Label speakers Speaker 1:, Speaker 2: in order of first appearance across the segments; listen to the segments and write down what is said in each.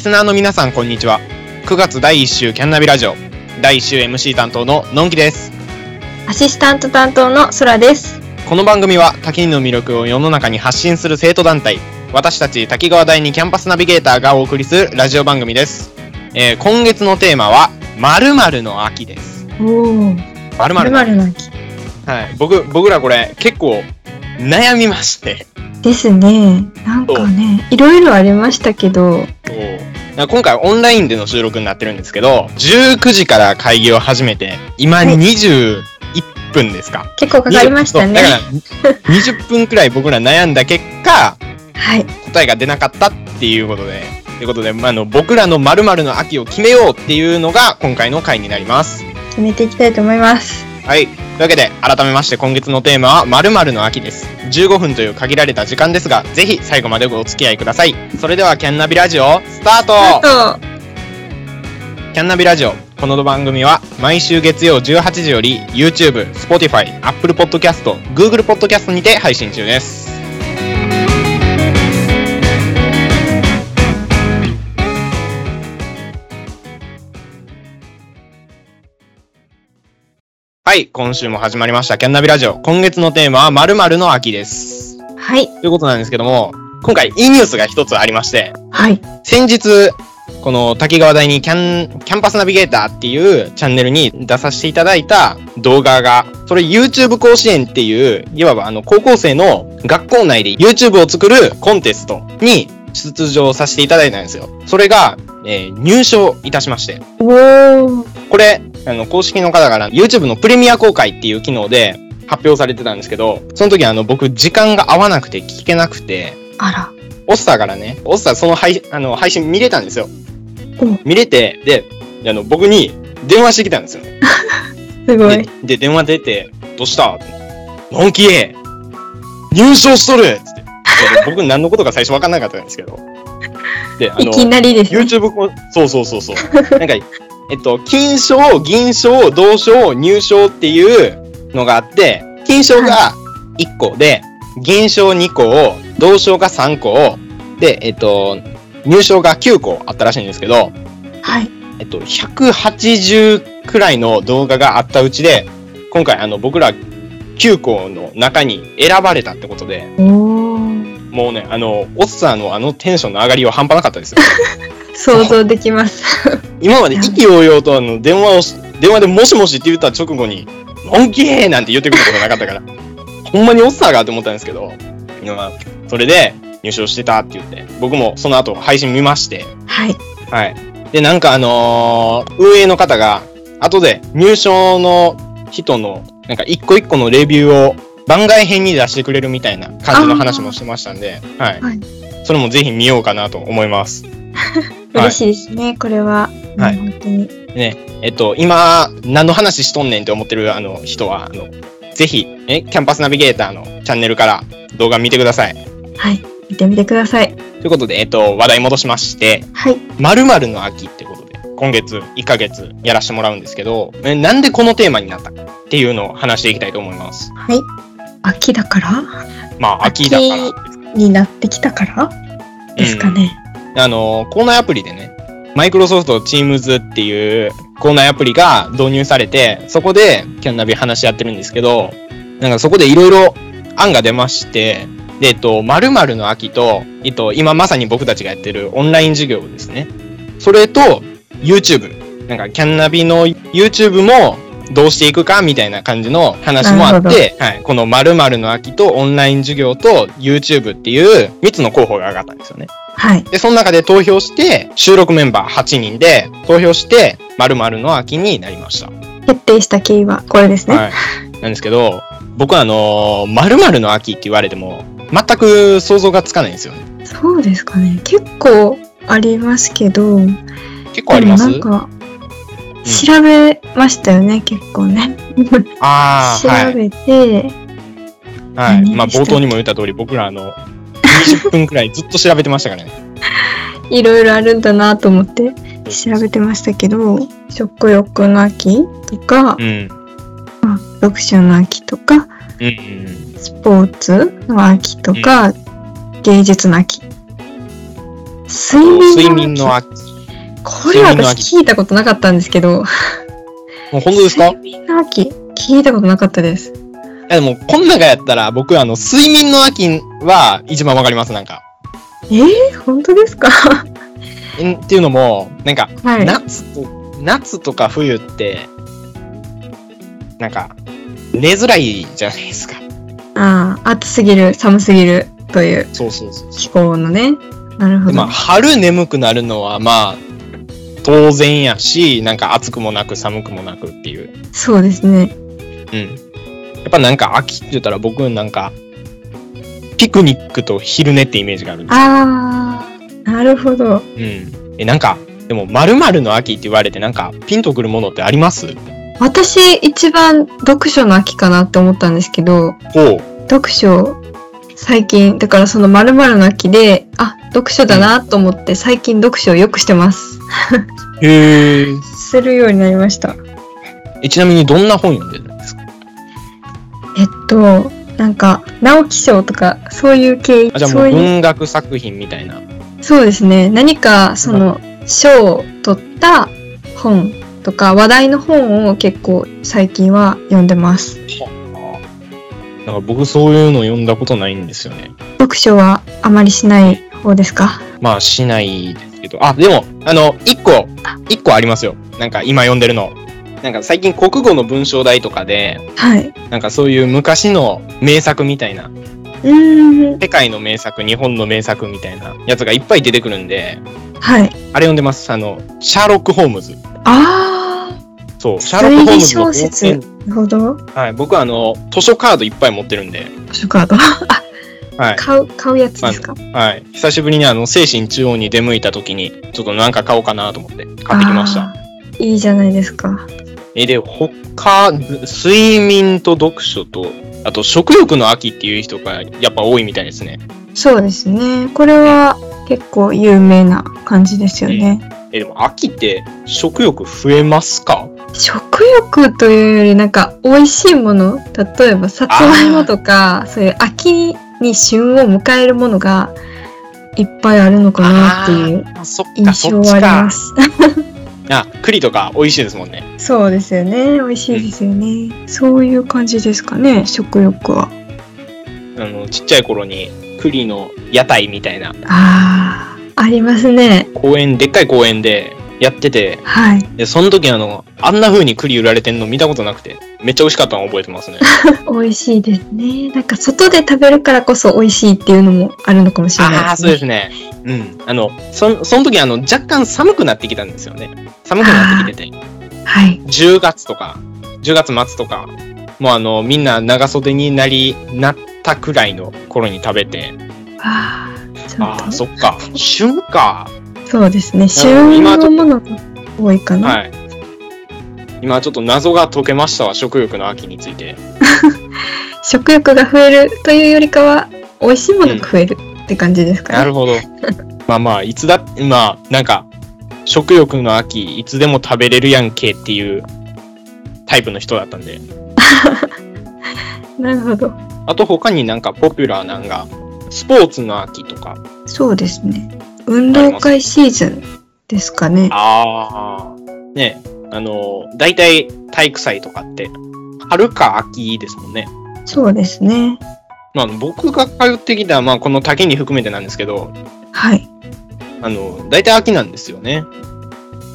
Speaker 1: スナーの皆さんこんにちは9月第1週キャンナビラジオ第1週 MC 担当ののんきです
Speaker 2: アシスタント担当のそらです。
Speaker 1: この番組は滝の魅力を世の中に発信する生徒団体私たち滝川第二キャンパスナビゲーターがお送りするラジオ番組です、えー今月のテーマは〇〇の秋です
Speaker 2: おお。
Speaker 1: 〇
Speaker 2: まる
Speaker 1: 〇
Speaker 2: まるなき
Speaker 1: はい僕僕らこれ結構悩みまして
Speaker 2: ですね。なんかね、いろいろありましたけど、
Speaker 1: なんか今回オンラインでの収録になってるんですけど19時から会議を始めて今
Speaker 2: はい
Speaker 1: 21分ですか、
Speaker 2: 結構かかりましたね。
Speaker 1: そうだから20分くらい僕ら悩んだ結果
Speaker 2: はい。
Speaker 1: 答えが出なかったっていうことで。ということで、まあ、あの僕らの〇〇の秋を決めようっていうのが今回の回になります。
Speaker 2: 決めていきたいと思います。
Speaker 1: はい。というわけで、改めまして今月のテーマは〇〇の秋です。15分という限られた時間ですが、ぜひ最後までお付き合いください。それでは、キャンナビラジオ、スタート
Speaker 2: あと、
Speaker 1: キャンナビラジオこの番組は毎週月曜18時より YouTube、Spotify、Apple Podcast、Google Podcast にて配信中です。はい、今週も始まりましたキャンナビラジオ。今月のテーマは〇〇の秋です。
Speaker 2: はい。
Speaker 1: ということなんですけども、今回いいニュースが一つありまして、
Speaker 2: はい。
Speaker 1: 先日、この滝川大にキャン、キャンパスナビゲーターっていうチャンネルに出させていただいた動画が、それ YouTube 甲子園っていう、いわばあの高校生の学校内で YouTube を作るコンテストに出場させていただいたんですよ。それが、えー入賞いたしまして。
Speaker 2: おお。
Speaker 1: これ、あの、公式の方から YouTube のプレミア公開っていう機能で発表されてたんですけど、その時あの僕時間が合わなくて聞けなくて、
Speaker 2: あら。
Speaker 1: オッサーからね、オッサーその配あの配信見れたんですよ
Speaker 2: うん。
Speaker 1: 見れて、で、あの僕に電話してきたんですよ。
Speaker 2: すごい。
Speaker 1: で、で電話出て、どうしたのんき入賞しとるつって。で僕何のことか最初分かんなかったんですけど。で、あ
Speaker 2: いき
Speaker 1: の、
Speaker 2: なりですね。
Speaker 1: YouTube こそうそうそうそう。なんか、えっと、金賞、銀賞、銅賞、入賞っていうのがあって、金賞が1個で、銀賞2個を、銅賞が3個を、で、えっと、入賞が9個あったらしいんですけど、
Speaker 2: はい。
Speaker 1: えっと、180くらいの動画があったうちで、今回、あの、僕ら9校の中に選ばれたってことで、
Speaker 2: おお。
Speaker 1: もうね、あの、オッサーのあのテンションの上がりは半端なかったですよ。
Speaker 2: 想像できます。
Speaker 1: 今まで意気揚々とあの、電話をし、電話でもしもしって言った直後に、のんきーなんて言ってくることなかったから、ほんまにオッサーがって思ったんですけど、まあ、それで入賞してたって言って、僕もその後配信見まして、
Speaker 2: はい。
Speaker 1: はい。で、なんかあのー運営の方が、後で入賞の人の、なんか一個一個のレビューを番外編に出してくれるみたいな感じの話もしてましたんで、はい。
Speaker 2: はい
Speaker 1: それもぜひ見ようかなと思います。
Speaker 2: 嬉しいですね、これは。
Speaker 1: はい
Speaker 2: うん本当に。
Speaker 1: えっと、今、何の話しとんねんって思ってるあの人は、あの、ぜひ、え、キャンパスナビゲーターのチャンネルから動画見てください。
Speaker 2: はい。見てみてください。
Speaker 1: ということで、えっと、話題戻しまして、
Speaker 2: はい。
Speaker 1: 〇〇の秋ってことで、今月、1ヶ月やらしてもらうんですけど、えなんでこのテーマになったかっていうのを話していきたいと思います。
Speaker 2: はい。秋だから
Speaker 1: まあ、秋だからです
Speaker 2: になってきたからですかね。
Speaker 1: うんあの、校内アプリでね、マイクロソフト Teams っていう校内アプリが導入されて、そこでキャンナビ話し合ってるんですけど、なんかそこでいろいろ案が出まして、で、えっと、〇〇の秋と、えっと、今まさに僕たちがやってるオンライン授業ですね。それと、YouTube。なんか、キャンナビの YouTube もどうしていくかみたいな感じの話もあっ
Speaker 2: なる
Speaker 1: て、はい、この〇〇の秋とオンライン授業と YouTube っていう3つの候補が上がったんですよね。
Speaker 2: はい。
Speaker 1: で、その中で投票して、収録メンバー8人で投票して、〇〇の秋になりました。
Speaker 2: 決定した経緯はこれですね。
Speaker 1: はい。なんですけど、僕はあのー、〇〇の秋って言われても、全く想像がつかないんですよね。
Speaker 2: そうですかね。結構ありますけど、
Speaker 1: 結構あります
Speaker 2: でもなんか、
Speaker 1: ん
Speaker 2: 調べましたよね、結構ね。
Speaker 1: ああ、は
Speaker 2: 調
Speaker 1: い。
Speaker 2: べて、
Speaker 1: はい。
Speaker 2: 何
Speaker 1: まあ、
Speaker 2: でした
Speaker 1: 冒頭にも言った通り、僕らあの、20分くらいずっと調べてましたからね。
Speaker 2: い、ろいろあるんだなと思って調べてましたけど、食欲の秋とか
Speaker 1: う、ん。
Speaker 2: 読書の秋とか、
Speaker 1: うんうん
Speaker 2: スポーツの秋とか、芸術の秋睡眠
Speaker 1: 睡
Speaker 2: の
Speaker 1: 眠の秋。
Speaker 2: これ
Speaker 1: 睡
Speaker 2: は
Speaker 1: 眠の
Speaker 2: 私聞いたことなかったんですけど。
Speaker 1: もう本当ですかい
Speaker 2: 睡眠の秋聞いたことなかったです。
Speaker 1: やでも、この中やったら、僕はあの、睡眠の秋は一番わかります、なんか。
Speaker 2: えー、本当ですかは
Speaker 1: んっていうのも、なんか、
Speaker 2: い。
Speaker 1: 夏と、夏とか冬って、なんか、寝づらいじゃないですか。
Speaker 2: ああ、暑すぎる、寒すぎるという
Speaker 1: そうそうそうそ
Speaker 2: 気候のね。なる
Speaker 1: う。
Speaker 2: ほ
Speaker 1: でま
Speaker 2: ど。
Speaker 1: あ、春眠くなるのは、まあ、当然やし、なんか暑くもなく寒くもなくっていう。
Speaker 2: そうですね。
Speaker 1: うん。やっぱなんか秋って言ったら僕なんか、ピクニックと昼寝ってイメージがあるんです
Speaker 2: ああ、なるほど。
Speaker 1: うん。え、なんか、でも、〇〇の秋って言われてなんか、ピンとくるものってあります
Speaker 2: 私一番読書の秋かなって思ったんですけど、
Speaker 1: ほう。
Speaker 2: 読書最近だからその〇〇の秋であ読書だなと思って最近読書をよくしてます
Speaker 1: へー
Speaker 2: するようになりました
Speaker 1: え。ちなみにどんな本読んでるんですか
Speaker 2: えっとなんか直木賞とかそういう系
Speaker 1: あじゃあも
Speaker 2: そうういう
Speaker 1: 文学作品みたいな。
Speaker 2: そうですね何かその賞を取った本とか話題の本を結構最近は読んでます
Speaker 1: なんか僕そういうの読んだことないんですよね。
Speaker 2: 読書はあまりしない方ですか
Speaker 1: まあしないですけど。あ、でも、あの、一個、一個ありますよ。なんか今読んでるの。なんか最近国語の文章題とかで、
Speaker 2: はい
Speaker 1: なんかそういう昔の名作みたいな、
Speaker 2: うーん
Speaker 1: 世界の名作、日本の名作みたいなやつがいっぱい出てくるんで、あ
Speaker 2: はい
Speaker 1: れ読んでます。あの、シャーロック・ホームズ。
Speaker 2: あ
Speaker 1: そう、シャーロック・ホー
Speaker 2: 推理
Speaker 1: ムズの
Speaker 2: 小説
Speaker 1: 冒
Speaker 2: なるほど
Speaker 1: 険はい、僕はあの、図書カードいっぱい持ってるんで、
Speaker 2: 図書カードあ
Speaker 1: はい。
Speaker 2: 買う、買うやつですか
Speaker 1: はい。久しぶりにあの、精神中央に出向いた時に、ちょっとなんか買おうかなと思って買ってきました。
Speaker 2: あー。いいじゃないですか。
Speaker 1: え、で、他、睡眠と読書と、あと食欲の秋っていう人がやっぱ多いみたいですね。
Speaker 2: そうですね。これは結構有名な感じですよね。
Speaker 1: え、でも秋って食欲増えますか
Speaker 2: 食欲というよりなんか美味しいもの、例えばさつまいもとか、そういう秋に旬を迎えるものがいっぱいあるのかなっていう
Speaker 1: あ、そっか、そ
Speaker 2: 印象
Speaker 1: っ
Speaker 2: は
Speaker 1: ち
Speaker 2: あり
Speaker 1: か
Speaker 2: ま。す。
Speaker 1: あ、栗とか美味しいですもんね。
Speaker 2: そうですよね。美味しいですよね。そういう感じですかね、食欲は。
Speaker 1: あの、ちっちゃい頃に栗の屋台みたいな、
Speaker 2: ああ、ありますね。
Speaker 1: 公園、でっかい公園でやってて、
Speaker 2: はい。
Speaker 1: で、その時あの、あんな風に栗売られてんの見たことなくて、めっちゃ美味しかったの覚えてますね。
Speaker 2: 美味しいですね。なんか外で食べるからこそ美味しいっていうのもあるのかもしれない
Speaker 1: ああ、そうですね。うん。あの、そその時、あの、若干寒くなってきたんですよね。寒くなってきてて。
Speaker 2: はい。
Speaker 1: 10月とか、10月末とか、もうあの、みんな長袖になり、なったくらいの頃に食べて、
Speaker 2: ああ、ちょ
Speaker 1: ああ、
Speaker 2: っとそ
Speaker 1: そっか。旬か。
Speaker 2: うですね。
Speaker 1: なるほど
Speaker 2: 旬
Speaker 1: 今
Speaker 2: のものが多いかな。
Speaker 1: はい。今ちょっと謎が解けましたわ、食欲の秋につい て。
Speaker 2: 食欲が増えるというよりかは、美味しいものが増えるって感じですかね。
Speaker 1: なるほど。まあまあ、いつだって、まあ、なんか、食欲の秋、いつでも食べれるやんけっていうタイプの人だったんで。
Speaker 2: なるほど。
Speaker 1: あと他になんかポピュラーなんが、スポーツの秋とか。
Speaker 2: そうですね。運動会シーズンですかね。
Speaker 1: ああ。ね、あの、大体体育祭とかって、春か秋ですもんね。
Speaker 2: そうですね。
Speaker 1: まあ僕が通ってきた、まあこの竹に含めてなんですけど、
Speaker 2: はい。
Speaker 1: あの、大体秋なんですよね。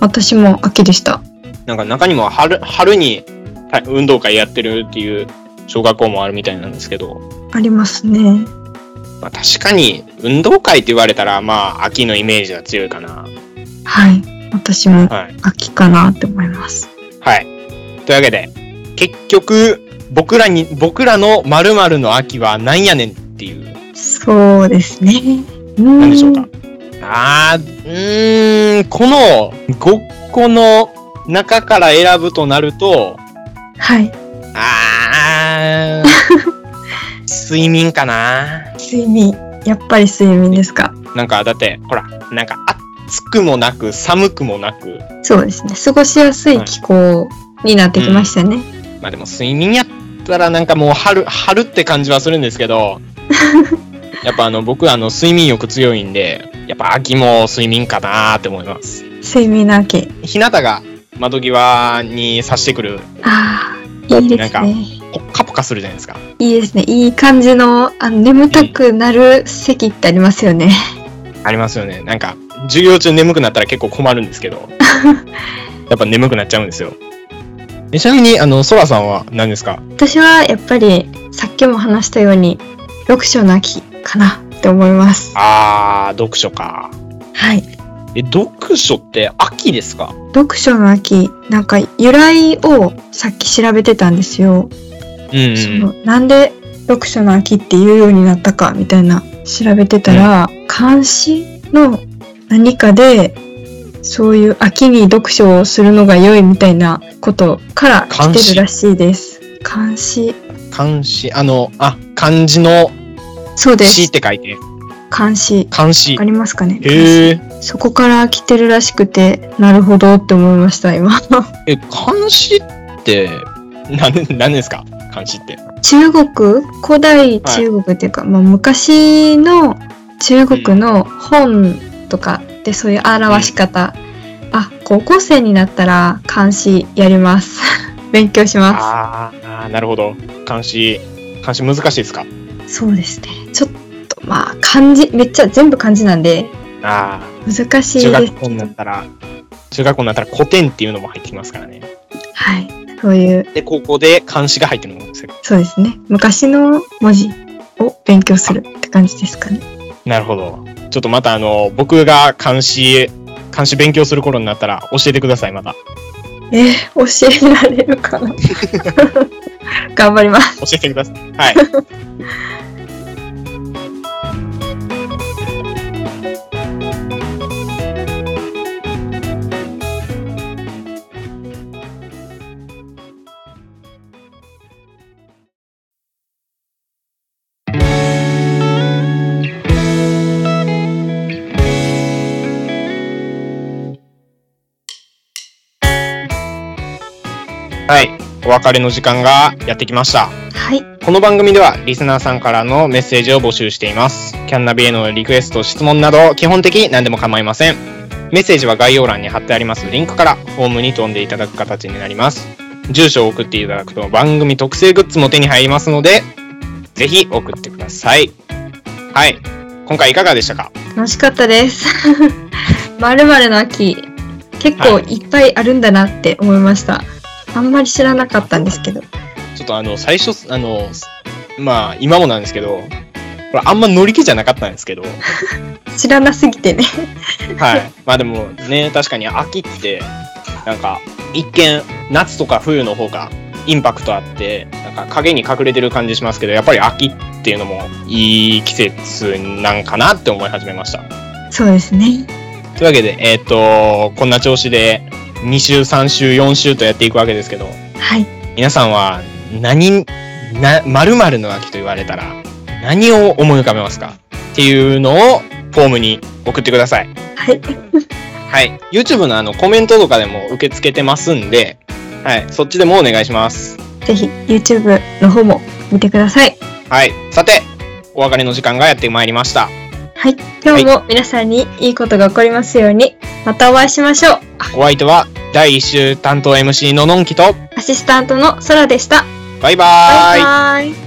Speaker 2: 私も秋でした。
Speaker 1: なんか中にも春、春にた運動会やってるっていう小学校もあるみたいなんですけど、
Speaker 2: ありますね。
Speaker 1: まあ確かに運動会って言われたら、まあ秋のイメージは強いかな。
Speaker 2: はい。私も
Speaker 1: はい。
Speaker 2: 秋かなって思います。
Speaker 1: はい。というわけで、結局、僕らに、僕らの〇〇の秋はなんやねんっていう、
Speaker 2: そうですね。
Speaker 1: な
Speaker 2: 何
Speaker 1: んでしょうか。あー、うーん、この5個の中から選ぶとなると、
Speaker 2: はい。
Speaker 1: あー、睡眠かな
Speaker 2: 睡眠。やっぱり睡眠ですか。
Speaker 1: なんか、だって、ほら、なんか、暑くもなく、寒くもなく、
Speaker 2: そうですね。過ごしやすい気候になってきましたね。
Speaker 1: まあでも睡眠やったらなんかもう春、春って感じはするんですけど、やっぱあの僕あの睡眠欲強いんで、やっぱ秋も睡眠かなーって思います。
Speaker 2: 睡眠の秋。
Speaker 1: 日向が窓際に差してくる、
Speaker 2: ああ、いいで
Speaker 1: なん
Speaker 2: す
Speaker 1: か
Speaker 2: ね。
Speaker 1: ポッカポカするじゃないですか。
Speaker 2: いいですね。いい感じの、あの眠たくなる席ってありますよね。
Speaker 1: ありますよね。なんか授業中眠くなったら結構困るんですけど、やっぱ眠くなっちゃうんですよ。えちなみにあのソラさんは何ですか？
Speaker 2: 私はやっぱり、さっきも話したように、読書の秋かなって思います。
Speaker 1: あー読書か。
Speaker 2: はい。
Speaker 1: え読書って秋ですか？
Speaker 2: 読書の秋、なんか由来をさっき調べてたんですよ。
Speaker 1: うん、うん
Speaker 2: そのなんで読書の秋っていうようになったかみたいな調べてたら、監視の何かでそういう秋に読書をするのが良いみたいなことから来てるらしいです。監視
Speaker 1: 漢詩あのあ漢字の
Speaker 2: そうで
Speaker 1: 詩っ
Speaker 2: す。
Speaker 1: て書いて
Speaker 2: 監視
Speaker 1: 漢詩
Speaker 2: わか。りますかね
Speaker 1: へえ。
Speaker 2: そこから来てるらしくて、なるほどって思いました、今。
Speaker 1: え漢詩って何何ですか？漢詩って。
Speaker 2: 中国古代中国っていうか、まあ、昔の中国の本とかでそういう表し方、あ高校生になったら漢詩やります 勉強しま
Speaker 1: あーあーなるほど。漢詩漢詩難しいですか？
Speaker 2: すそうですねちょっとまあ漢字めっちゃ全部漢字なんで
Speaker 1: ああ。
Speaker 2: 難しい
Speaker 1: 中
Speaker 2: です
Speaker 1: 学校になったら、中学校になったら古典っていうのも入ってきますからね。
Speaker 2: はいそういう
Speaker 1: で、高校で漢詩が入ってるのもですよ。
Speaker 2: そうですね昔の文字を勉強するって感じですかね
Speaker 1: なるほど。ちょっとまたあの、僕が漢詩、漢詩勉強する頃になったら教えてください、また。
Speaker 2: えー、教えられるかな頑張ります
Speaker 1: 教えてください。はい。はい、お別れの時間がやってきました。
Speaker 2: はい
Speaker 1: この番組ではリスナーさんからのメッセージを募集しています。キャンナビへのリクエスト、質問など基本的に何でも構いません。メッセージは概要欄に貼ってありますリンクからホームに飛んでいただく形になります。住所を送っていただくと番組特製グッズも手に入りますので、ぜひ送ってください。はい。今回いかがでしたか
Speaker 2: 楽しかった です。まるまるの秋、結構
Speaker 1: はい
Speaker 2: っぱいあるんだなって思いました。あんまり知らなかったんですけど。
Speaker 1: ちょっとあの、最初、あの、まあ今もなんですけど、これあんま乗り気じゃなかったんですけど、
Speaker 2: 知らなすぎてね。
Speaker 1: はい。まあでもね、確かに秋って、なんか、一見、夏とか冬の方がインパクトあって、なんか影に隠れてる感じしますけど、やっぱり秋っていうのもいい季節なんかなって思い始めました。
Speaker 2: そうですね。
Speaker 1: というわけで、えっ、と、こんな調子で2週、3週、4週とやっていくわけですけど、
Speaker 2: はい。
Speaker 1: 皆さんは何、な、〇〇の秋と言われたら、何を思い浮かべますかっていうのをフォームに送ってください。
Speaker 2: はい。
Speaker 1: はい。YouTube のあのコメントとかでも受け付けてますんで、はい。そっちでもお願いします。
Speaker 2: ぜひ YouTube の方も見てください。
Speaker 1: はい。さて、お別れの時間がやってまいりました。
Speaker 2: はい。今日も皆さんにいいことが起こりますように、またお会いしましょう。
Speaker 1: お相手は、第1週担当 MC ののんきと、
Speaker 2: アシスタントのそらでした。
Speaker 1: バイバーイ。
Speaker 2: バイバイ。